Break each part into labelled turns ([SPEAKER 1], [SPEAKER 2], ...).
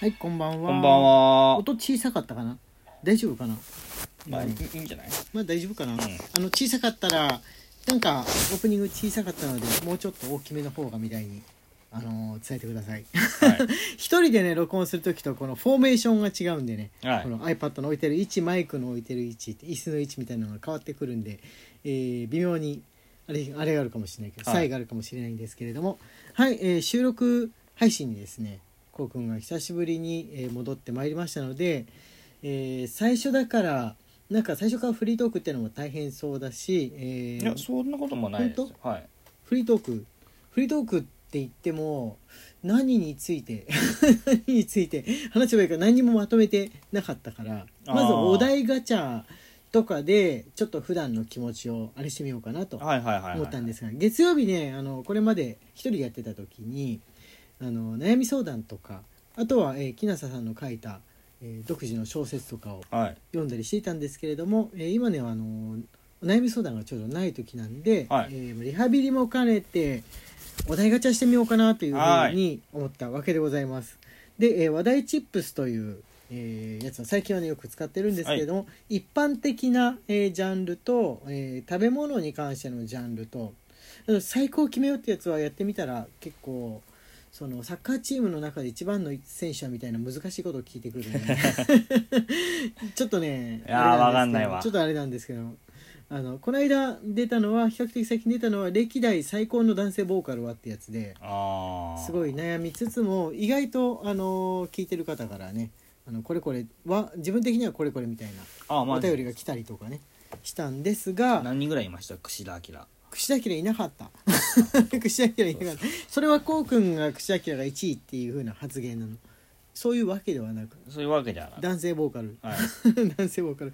[SPEAKER 1] はいこんばんは
[SPEAKER 2] こんばんは。
[SPEAKER 1] 音小さかったかな大丈夫かな
[SPEAKER 2] まあ、いいいいんじゃない
[SPEAKER 1] まあ大丈夫かな、
[SPEAKER 2] ん
[SPEAKER 1] あの小さかったらなんかオープニング小さかったのでもうちょっと大きめの方がみたいにあのー伝えてください 一人でね録音する時とこのフォーメーションが違うんでね、
[SPEAKER 2] はい
[SPEAKER 1] この iPad の置いてる位置マイクの置いてる位置椅子の位置みたいなのが変わってくるんで、えー微妙にあれあれがあるかもしれないけど、
[SPEAKER 2] はい
[SPEAKER 1] 差異があるかもしれないんですけれどもはい、えー収録配信にですねこうくんが久しぶりにえー戻ってまいりましたので、えー最初だからなんか最初からフリートークっていうのも大変そうだし、えー
[SPEAKER 2] いや、そんなこともないですよ
[SPEAKER 1] 本。
[SPEAKER 2] はい。
[SPEAKER 1] フリートークフリートークって言っても何について 何について話せばいいか何にもまとめてなかったから
[SPEAKER 2] あー
[SPEAKER 1] まずお題ガチャとかでちょっと普段の気持ちをあれしてみようかなと
[SPEAKER 2] はいはいはいはい。
[SPEAKER 1] 思ったんですが月曜日ねあのこれまで一人でやってた時にあの悩み相談とかあとは、えー、木下さんの書いた、えー独自の小説とかを
[SPEAKER 2] はい。
[SPEAKER 1] 読んだりしていたんですけれども、えー今ねあのお悩み相談がちょうどない時なんで、
[SPEAKER 2] はい
[SPEAKER 1] えーリハビリも兼ねてお題ガチャしてみようかなというふ
[SPEAKER 2] は
[SPEAKER 1] う
[SPEAKER 2] い
[SPEAKER 1] に思ったわけでございます。で、えー話題チップスという、えーやつは最近はねよく使ってるんですけれども、一般的な、えージャンルと、えー食べ物に関してのジャンルとあの最高を決めようってやつはやってみたら結構。そのサッカーチームの中で一番の選手はみたいな難しいことを聞いてくるので ちょっとね
[SPEAKER 2] いやー
[SPEAKER 1] あれんですけど
[SPEAKER 2] わかんないわ
[SPEAKER 1] ちょっとあれなんですけどあのこの間出たのは比較的最近出たのは歴代最高の男性ボーカルはってやつで
[SPEAKER 2] ああ。
[SPEAKER 1] すごい悩みつつも意外とあの聞いてる方からねあのこれこれは自分的にはこれこれみたいな
[SPEAKER 2] あ、ま
[SPEAKER 1] お
[SPEAKER 2] あ、
[SPEAKER 1] 便りが来たりとかねしたんですが
[SPEAKER 2] 何人ぐらいいました櫛田明。
[SPEAKER 1] 串田明いなかった 串田明いなかったそれはこうくんが串田明が1位っていう風な発言なのそういうわけではなく
[SPEAKER 2] そういうわけじゃない。
[SPEAKER 1] 男性ボーカル
[SPEAKER 2] はい。
[SPEAKER 1] 男性ボーカル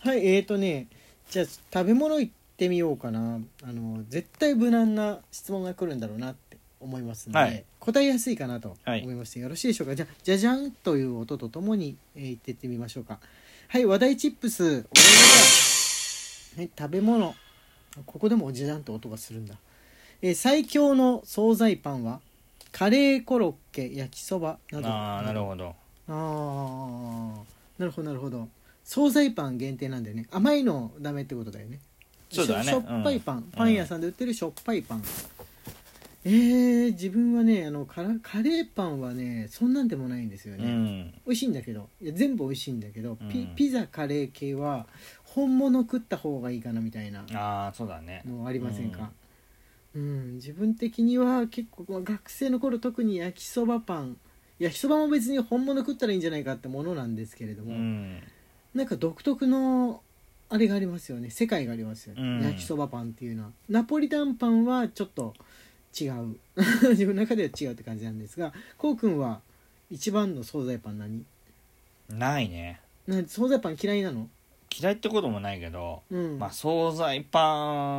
[SPEAKER 1] はいえーとねじゃあ食べ物行ってみようかなあの絶対無難な質問が来るんだろうなって思いますので、
[SPEAKER 2] はい
[SPEAKER 1] 答えやすいかなと
[SPEAKER 2] は
[SPEAKER 1] 思
[SPEAKER 2] い
[SPEAKER 1] いまして、よろしいでしょうかじゃあじゃじゃんという音とともに、えー言ってってみましょうかはい話題チップスお題ははい食べ物ここでもじゃじゃんと音がするんだ、えー最強の惣菜パンはカレーコロッケ焼きそばなど
[SPEAKER 2] ああ、なるほど。
[SPEAKER 1] ああなるほどなるほど惣菜パン限定なんだよね甘いのダメってことだよね
[SPEAKER 2] そうだね
[SPEAKER 1] しょしょっぱいパン、
[SPEAKER 2] うん
[SPEAKER 1] パン屋さんで売ってるしょっぱいパン、えー、自分はねあのカラカレーパンはねそんなんでもないんですよ
[SPEAKER 2] う
[SPEAKER 1] ね、
[SPEAKER 2] ん。
[SPEAKER 1] 美味しいんだけどいや全部美味しいんだけど、
[SPEAKER 2] うん
[SPEAKER 1] ピピザカレー系は本物食った方がいいかなみたいな
[SPEAKER 2] ああ、そうだね。
[SPEAKER 1] のありませんか、うん自分的には結構、まあ学生の頃特に焼きそばパン焼きそばも別に本物食ったらいいんじゃないかってものなんですけれど
[SPEAKER 2] う
[SPEAKER 1] も、
[SPEAKER 2] ん。
[SPEAKER 1] なんか独特のあれがありますよね世界がありますよね、
[SPEAKER 2] うん
[SPEAKER 1] 焼きそばパンっていうのはナポリタンパンはちょっと違う 自分の中では違うって感じなんですがこうくんは一番の惣菜パン何
[SPEAKER 2] ないね。
[SPEAKER 1] な惣菜パン嫌いなの
[SPEAKER 2] 嫌いってこともないけど、
[SPEAKER 1] うん、
[SPEAKER 2] まあ、惣菜パ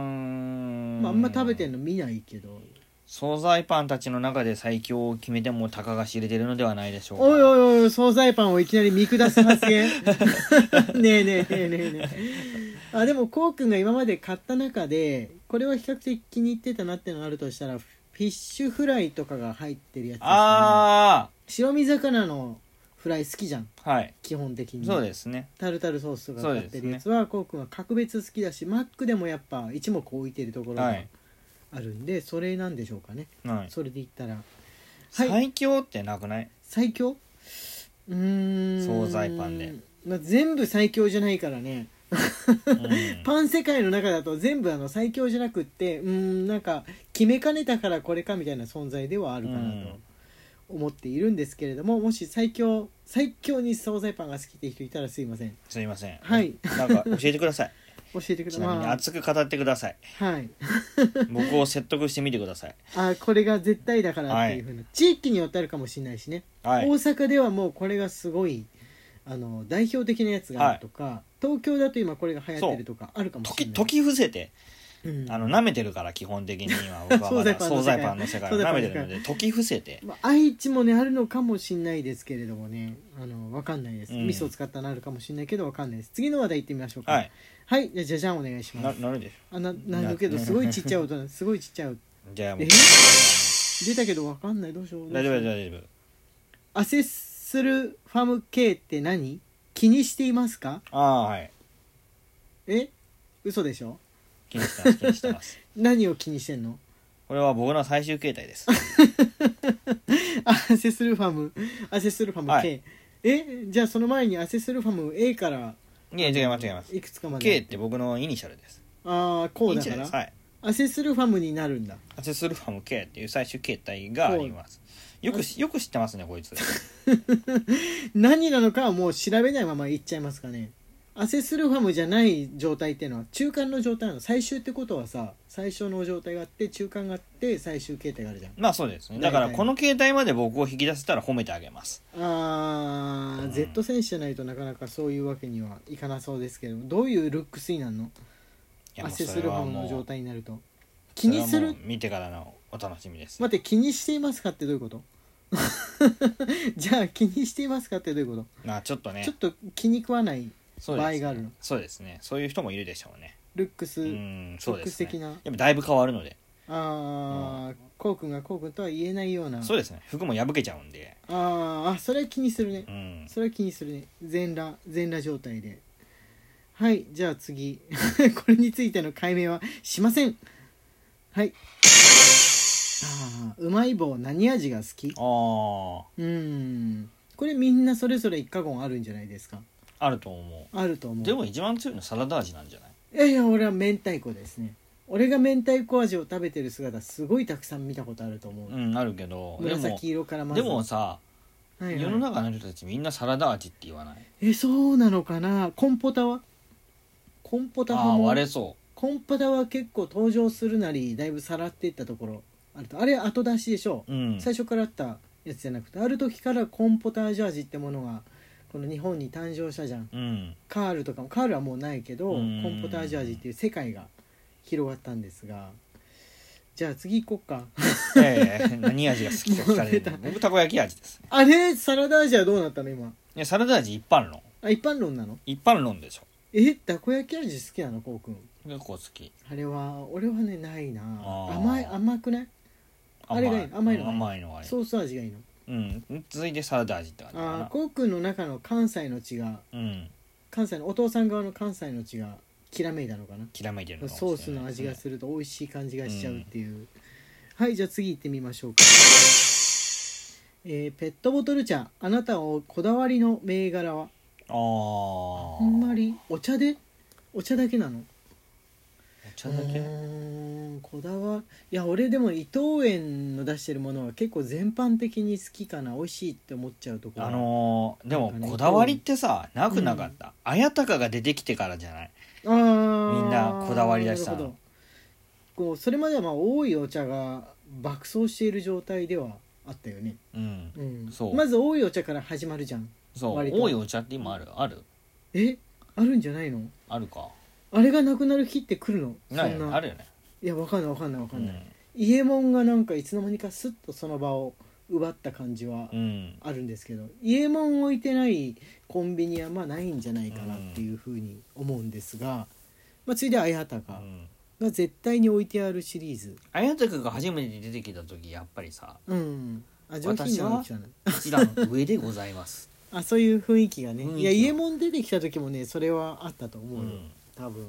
[SPEAKER 2] ン。
[SPEAKER 1] まああんま食べてんの見ないけど
[SPEAKER 2] 惣菜パンたちの中で最強を決めてもたかが知れてるのではないでしょうか。
[SPEAKER 1] おいおいおい惣菜パンをいきなり見下 す発言ねえねえねえねえねえあでもこうくんが今まで買った中でこれは比較的気に入ってたなってのがあるとしたらフィッシュフライとかが入ってるやつです、ね、
[SPEAKER 2] あ
[SPEAKER 1] 白身魚のフライ好きじゃん
[SPEAKER 2] あ、はい。
[SPEAKER 1] 基本的に
[SPEAKER 2] そうですね。
[SPEAKER 1] タルタルソースとか買ってるやつは、こうくんは格別好きだしマックでもやっぱ一目置いてるところ
[SPEAKER 2] は
[SPEAKER 1] が
[SPEAKER 2] い。
[SPEAKER 1] あるんで、それなんでしょうかね
[SPEAKER 2] はい。
[SPEAKER 1] それで言ったらはい
[SPEAKER 2] 最強ってなくない
[SPEAKER 1] 最強うーん
[SPEAKER 2] 惣菜パンで、
[SPEAKER 1] まあ、全部最強じゃないからね
[SPEAKER 2] うん
[SPEAKER 1] パン世界の中だと全部あの最強じゃなくってうーんなんか決めかねたからこれかみたいな存在ではあるかなと思っているんですけれどももし最強最強に惣菜パンが好きって人いたらすいません
[SPEAKER 2] すいません。
[SPEAKER 1] はい。
[SPEAKER 2] なんか教えてくだ さい。
[SPEAKER 1] 教えてくだ
[SPEAKER 2] ち
[SPEAKER 1] さい、
[SPEAKER 2] なみに
[SPEAKER 1] まあ
[SPEAKER 2] 熱く語ってください。
[SPEAKER 1] はい、
[SPEAKER 2] 僕を説得してみてください。
[SPEAKER 1] あこれが絶対だからっていうふうな、地域によってあるかもしれないしね
[SPEAKER 2] は
[SPEAKER 1] 大
[SPEAKER 2] い。
[SPEAKER 1] 阪ではもうこれがすごいあの代表的なやつがあるとか、東京だと今これが流行ってるとかあるかもしれ
[SPEAKER 2] 時、
[SPEAKER 1] ない
[SPEAKER 2] 時伏せて、
[SPEAKER 1] うん
[SPEAKER 2] あの、舐めてるから、基本的に今、僕はま だ
[SPEAKER 1] 惣
[SPEAKER 2] 惣
[SPEAKER 1] 菜
[SPEAKER 2] 菜
[SPEAKER 1] パ
[SPEAKER 2] パン
[SPEAKER 1] ンの
[SPEAKER 2] の
[SPEAKER 1] 世
[SPEAKER 2] 世
[SPEAKER 1] 界
[SPEAKER 2] 界を舐めてるので、時伏せて。
[SPEAKER 1] まあ、愛知もねあるのかもしれないですけれどもねあのわかんないです、
[SPEAKER 2] うん
[SPEAKER 1] 味噌使ったのあるかもしれないけどわかんないです次の話題行ってみましょうか
[SPEAKER 2] はい、。
[SPEAKER 1] はいじゃあじゃじゃんお願いし
[SPEAKER 2] な、
[SPEAKER 1] ます
[SPEAKER 2] なるでし
[SPEAKER 1] あななんだけど
[SPEAKER 2] な
[SPEAKER 1] すごいちっちゃい音なん ですすごいちっちゃい音
[SPEAKER 2] ょ。じゃあもう
[SPEAKER 1] え。出たけどわかんないどうしよう
[SPEAKER 2] 大丈夫、大
[SPEAKER 1] 夫
[SPEAKER 2] 丈夫。
[SPEAKER 1] アセスするファム系って何気にしていますか
[SPEAKER 2] ああはい
[SPEAKER 1] え嘘でしょ
[SPEAKER 2] 気にしてます気にしてます
[SPEAKER 1] 何を気にしてんの
[SPEAKER 2] これは僕の最終形態です
[SPEAKER 1] あアセスルファムアセスルファム K、
[SPEAKER 2] はい
[SPEAKER 1] えじゃあその前にアセスルファム A から
[SPEAKER 2] いや違います違います
[SPEAKER 1] いくつかま
[SPEAKER 2] K っ
[SPEAKER 1] で
[SPEAKER 2] て僕のイニシャルです
[SPEAKER 1] ああこ
[SPEAKER 2] イ
[SPEAKER 1] う
[SPEAKER 2] ニ
[SPEAKER 1] だ
[SPEAKER 2] シャル
[SPEAKER 1] か
[SPEAKER 2] で
[SPEAKER 1] ら、
[SPEAKER 2] すはい
[SPEAKER 1] アセスルファムになるんだ
[SPEAKER 2] アセスルファム K っていう最終形態がありますよくしよく知ってますねこいつ
[SPEAKER 1] 何なのかはもう調べないまま言っちゃいますかねアセスルファムじゃない状態っていうのは中間の状態なの最終ってことはさ最初の状態があって中間があって最終形態があるじゃん
[SPEAKER 2] まあそうですねだからこの形態まで僕を引き出せたら褒めてあげます
[SPEAKER 1] あー、
[SPEAKER 2] うん
[SPEAKER 1] Z 選手じゃないとなかなかそういうわけにはいかなそうですけどどういうルックスになるの
[SPEAKER 2] いや
[SPEAKER 1] ア
[SPEAKER 2] もう
[SPEAKER 1] セ
[SPEAKER 2] そ
[SPEAKER 1] スル
[SPEAKER 2] れ
[SPEAKER 1] ファ
[SPEAKER 2] は
[SPEAKER 1] ムの
[SPEAKER 2] も
[SPEAKER 1] 状
[SPEAKER 2] う
[SPEAKER 1] 態になると気にす
[SPEAKER 2] それは
[SPEAKER 1] る
[SPEAKER 2] もう見てからのお楽しみです
[SPEAKER 1] 待って気にしていますかってどういうこと じゃあ気にしていますかってどういうこと、
[SPEAKER 2] まあちょっとね
[SPEAKER 1] ちょっと気に食わない
[SPEAKER 2] そうですね
[SPEAKER 1] 場合があるの
[SPEAKER 2] そうですねそういう人もいるでしょうね
[SPEAKER 1] ルックス、
[SPEAKER 2] うんそうです
[SPEAKER 1] 特殊的
[SPEAKER 2] ね
[SPEAKER 1] な
[SPEAKER 2] やっぱだいぶ変わるので
[SPEAKER 1] ああ、こうくんがこうくんとは言えないような
[SPEAKER 2] そうですね服も破けちゃうんで
[SPEAKER 1] あーあそれは気にするね
[SPEAKER 2] うん
[SPEAKER 1] それは気にするね全裸全裸状態ではいじゃあ次 これについての解明はしませんはいあーうまい棒何味が好き
[SPEAKER 2] あー
[SPEAKER 1] うーんこれみんなそれぞれ一過言あるんじゃないですか
[SPEAKER 2] あると思
[SPEAKER 1] あると思
[SPEAKER 2] う
[SPEAKER 1] う
[SPEAKER 2] でも一番強いのはサラダ味なんじゃない
[SPEAKER 1] いやいや俺は明太子ですね俺が明太子味を食べてる姿すごいたくさん見たことあると思う、
[SPEAKER 2] うんあるけどでも
[SPEAKER 1] 紫色からまず
[SPEAKER 2] でもさ
[SPEAKER 1] はいはい
[SPEAKER 2] 世の中の人たちみんなサラダ味って言わない
[SPEAKER 1] えそうなのかなコンポタはコンポタ
[SPEAKER 2] ああー
[SPEAKER 1] 派も
[SPEAKER 2] 割れそ
[SPEAKER 1] コンポタは結構登場するなりだいぶさらっていったところあるとあれ後出しでしょ、
[SPEAKER 2] ううん
[SPEAKER 1] 最初からあったやつじゃなくてある時からコンポタージュ味ってものがこの日本に誕生したじゃん
[SPEAKER 2] うん
[SPEAKER 1] カールとかもカールはもうないけどコ
[SPEAKER 2] うん
[SPEAKER 1] ンポタージュ味っていう世界が広がったんですがじゃあ次行こっか
[SPEAKER 2] いやいやいや何味が好きか聞かれてる僕たこ焼き味です
[SPEAKER 1] あれサラダ味はどうなったの今
[SPEAKER 2] いやサラダ味一般論
[SPEAKER 1] あ一般論なの
[SPEAKER 2] 一般論でしょ
[SPEAKER 1] えたこ焼き味好きなのこうくん
[SPEAKER 2] 結構好き
[SPEAKER 1] あれは俺はねないな
[SPEAKER 2] あー
[SPEAKER 1] 甘い甘くないあれがいい甘いのがいい
[SPEAKER 2] 甘いのがいい
[SPEAKER 1] ソース味がいいの
[SPEAKER 2] うん続いてサラダ味って感じか
[SPEAKER 1] ああ
[SPEAKER 2] な
[SPEAKER 1] こうくんの中の関西の血が
[SPEAKER 2] うん
[SPEAKER 1] 関西のお父さん側の関西の血がきらめいたのかな
[SPEAKER 2] きらめいてるのかもしれ
[SPEAKER 1] ソ
[SPEAKER 2] ない
[SPEAKER 1] ースの味がすると美味しい感じがしちゃうっていう、はいじゃあ次行ってみましょうかえーペットボトル茶あなたをこだわりの銘柄は
[SPEAKER 2] ああ
[SPEAKER 1] あんまりお茶でお茶だけなの
[SPEAKER 2] お茶だけ
[SPEAKER 1] うーんこだわいや俺でも伊藤園の出してるものは結構全般的に好きかな美味しいって思っちゃうところ
[SPEAKER 2] あのーでも
[SPEAKER 1] なんかね
[SPEAKER 2] こだわりってさなくなかった綾鷹が出てきてからじゃない
[SPEAKER 1] あー
[SPEAKER 2] みんなこだわり出したの
[SPEAKER 1] なるほどこうそれまではまあ多いお茶が爆走している状態ではあったよね、
[SPEAKER 2] うん
[SPEAKER 1] うん、
[SPEAKER 2] そう
[SPEAKER 1] まず多いお茶から始まるじゃん
[SPEAKER 2] そう
[SPEAKER 1] 割と
[SPEAKER 2] 多いお茶って今あるある
[SPEAKER 1] えあるんじゃないの
[SPEAKER 2] あるか
[SPEAKER 1] あれがなくなる日って来るのそん
[SPEAKER 2] ないよねあ
[SPEAKER 1] な
[SPEAKER 2] るよね
[SPEAKER 1] いやわかんないわかんないわか
[SPEAKER 2] うん
[SPEAKER 1] ない、
[SPEAKER 2] ん
[SPEAKER 1] 伊右衛門がなんかいつの間にかスッとその場を奪った感じは
[SPEAKER 2] うん
[SPEAKER 1] あるんですけど伊右衛門置いてないコンビニはまあないんじゃないかなっていうふうに思うんですが、まあ、ついで綾鷹
[SPEAKER 2] うん
[SPEAKER 1] が絶対に置いてあるシリーズ
[SPEAKER 2] 綾鷹が初めて出てきた時やっぱりさ
[SPEAKER 1] うんあ上品なの来たな
[SPEAKER 2] 一段上でございます
[SPEAKER 1] あそういう雰囲気がね
[SPEAKER 2] 雰囲気が
[SPEAKER 1] いや伊右衛門出てきた時もねそれはあったと思うよ、
[SPEAKER 2] うん
[SPEAKER 1] 多分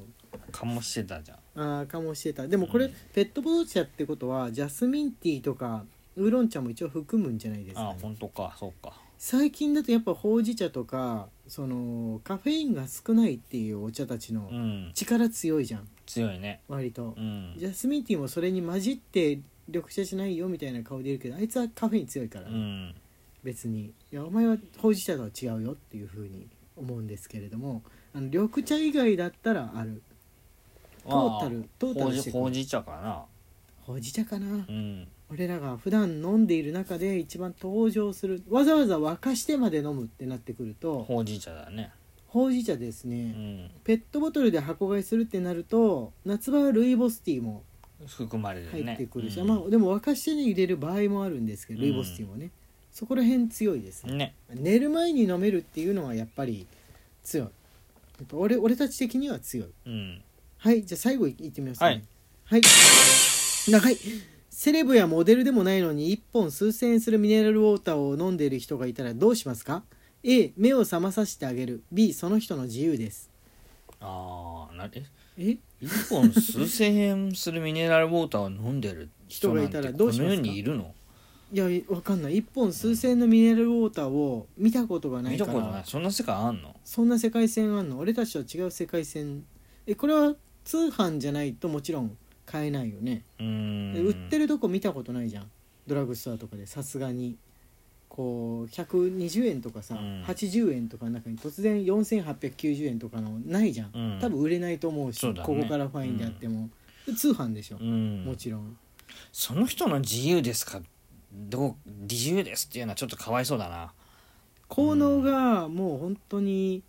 [SPEAKER 2] かもしてたじゃん
[SPEAKER 1] ああかもしてたでもこれ、
[SPEAKER 2] うん
[SPEAKER 1] ペットボトル茶ってことはジャスミンティーとかウーロン茶も一応含むんじゃないですかね、
[SPEAKER 2] あ本当かそうか
[SPEAKER 1] 最近だとやっぱほうじ茶とかそのカフェインが少ないっていうお茶たちの
[SPEAKER 2] うん
[SPEAKER 1] 力強いじゃん
[SPEAKER 2] 強いね
[SPEAKER 1] 割と
[SPEAKER 2] うん
[SPEAKER 1] ジャスミンティーもそれに混じって緑茶じゃないよみたいな顔でいるけどあいつはカフェイン強いから、
[SPEAKER 2] うん
[SPEAKER 1] 別にいやお前はほうじ茶とは違うよっていうふうに思うんですけれどもあの緑茶以外だったらあるトータルトータ
[SPEAKER 2] ほう
[SPEAKER 1] ルし
[SPEAKER 2] じ
[SPEAKER 1] て
[SPEAKER 2] ほ
[SPEAKER 1] ほ
[SPEAKER 2] う
[SPEAKER 1] う
[SPEAKER 2] じ茶かな
[SPEAKER 1] じ茶かな
[SPEAKER 2] うん
[SPEAKER 1] 俺らが普段飲んでいる中で一番登場するわざわざ沸かしてまで飲むってなってくると
[SPEAKER 2] ほうじ茶だね
[SPEAKER 1] ほうじ茶ですね、
[SPEAKER 2] うん
[SPEAKER 1] ペットボトルで箱買いするってなると夏場はルイボスティーも
[SPEAKER 2] 含まれるね
[SPEAKER 1] 入ってくるし、
[SPEAKER 2] うん
[SPEAKER 1] まあ、でも沸かして入れる場合もあるんですけど、ルイボスティーもねそこら辺強いですね
[SPEAKER 2] ね
[SPEAKER 1] 寝る前に飲めるっていうのはやっぱり強いやっぱ俺俺たち的には強い
[SPEAKER 2] うん
[SPEAKER 1] はいじゃあ最後いいってみますね
[SPEAKER 2] はい、
[SPEAKER 1] はい長いセレブやモデルでもないのに1本数千円するミネラルウォーターを飲んでいる人がいたらどうしますか A 目を覚まさせてあげる B その人の自由です
[SPEAKER 2] ああなえ
[SPEAKER 1] え
[SPEAKER 2] 1本数千円するミネラルウォーターを飲んでる人なんて
[SPEAKER 1] 人がいたら
[SPEAKER 2] こ
[SPEAKER 1] どう
[SPEAKER 2] の
[SPEAKER 1] しますか
[SPEAKER 2] 世にいるの
[SPEAKER 1] いやわかんない1本数千円のミネラルウォーターを見たことがな
[SPEAKER 2] 見
[SPEAKER 1] い
[SPEAKER 2] た
[SPEAKER 1] か
[SPEAKER 2] ことない
[SPEAKER 1] ら
[SPEAKER 2] そんな世界あんの
[SPEAKER 1] そんな世界線あんの俺たちとは違う世界線えこれは通販じゃないともちろん買えないよね、
[SPEAKER 2] うーん
[SPEAKER 1] で売ってるとこ見たことないじゃんドラッグストアとかでさすがにこう120円とかさ、
[SPEAKER 2] うん
[SPEAKER 1] 80円とかの中に突然4890円とかのないじゃん、
[SPEAKER 2] うん
[SPEAKER 1] 多分売れないと思うし
[SPEAKER 2] そうだね
[SPEAKER 1] ここからファインであっても、通販でしょ、
[SPEAKER 2] うん
[SPEAKER 1] もちろん
[SPEAKER 2] その人の自由ですかどう自由ですっていうのはちょっとかわいそうだな
[SPEAKER 1] 効能がもう本当に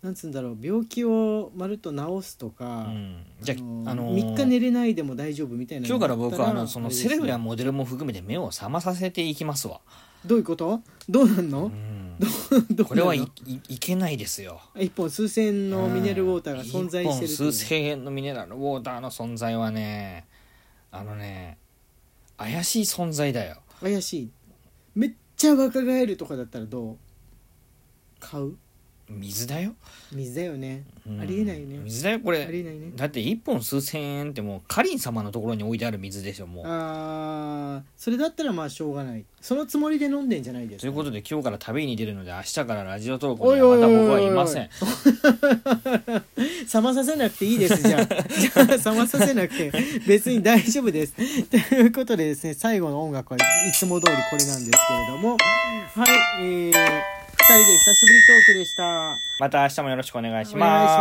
[SPEAKER 1] なんつうんだろう病気をまるっと治すと
[SPEAKER 2] う
[SPEAKER 1] か、
[SPEAKER 2] んじゃあ、あのー
[SPEAKER 1] 3日寝れないでも大丈夫みたいな
[SPEAKER 2] 今日から僕はあ
[SPEAKER 1] だった
[SPEAKER 2] のそのセレブや
[SPEAKER 1] あれですね
[SPEAKER 2] モデルも含めて目を覚まさせていきますわ、
[SPEAKER 1] どういうことどうなん
[SPEAKER 2] う
[SPEAKER 1] の
[SPEAKER 2] ん、
[SPEAKER 1] どう
[SPEAKER 2] これはいいいいけないですよ
[SPEAKER 1] 一本数千のミネラルウォーターが存在してる
[SPEAKER 2] 一
[SPEAKER 1] という
[SPEAKER 2] 本数千円のミネラルウォーターの存在はねあのね怪しい存在だよ
[SPEAKER 1] 怪しいめっちゃ若返るとかだったらどう買う
[SPEAKER 2] 水だよ、
[SPEAKER 1] 水だよね
[SPEAKER 2] うん
[SPEAKER 1] ありえないよね
[SPEAKER 2] 水だよこ
[SPEAKER 1] ありえ
[SPEAKER 2] れ
[SPEAKER 1] ないね
[SPEAKER 2] だって一本数千円ってもうカリン様のところに置いてある水でしょもう
[SPEAKER 1] あーそれだったらまあしょうがないそのつもりで飲んでんじゃないです
[SPEAKER 2] という
[SPEAKER 1] か
[SPEAKER 2] ことで今日から旅に出るので明日からラジオトークにはまた
[SPEAKER 1] おいおいおい
[SPEAKER 2] 僕はい
[SPEAKER 1] おい
[SPEAKER 2] ません
[SPEAKER 1] 冷まさせなくていいで すじゃあじゃあ 冷まさせなくて別に大丈夫ですということでですね最後の音楽はいつも通りこれなんですけれどもはいえー、2人で久しぶりトークでした
[SPEAKER 2] また明日もよろしくお願いします
[SPEAKER 1] お願いします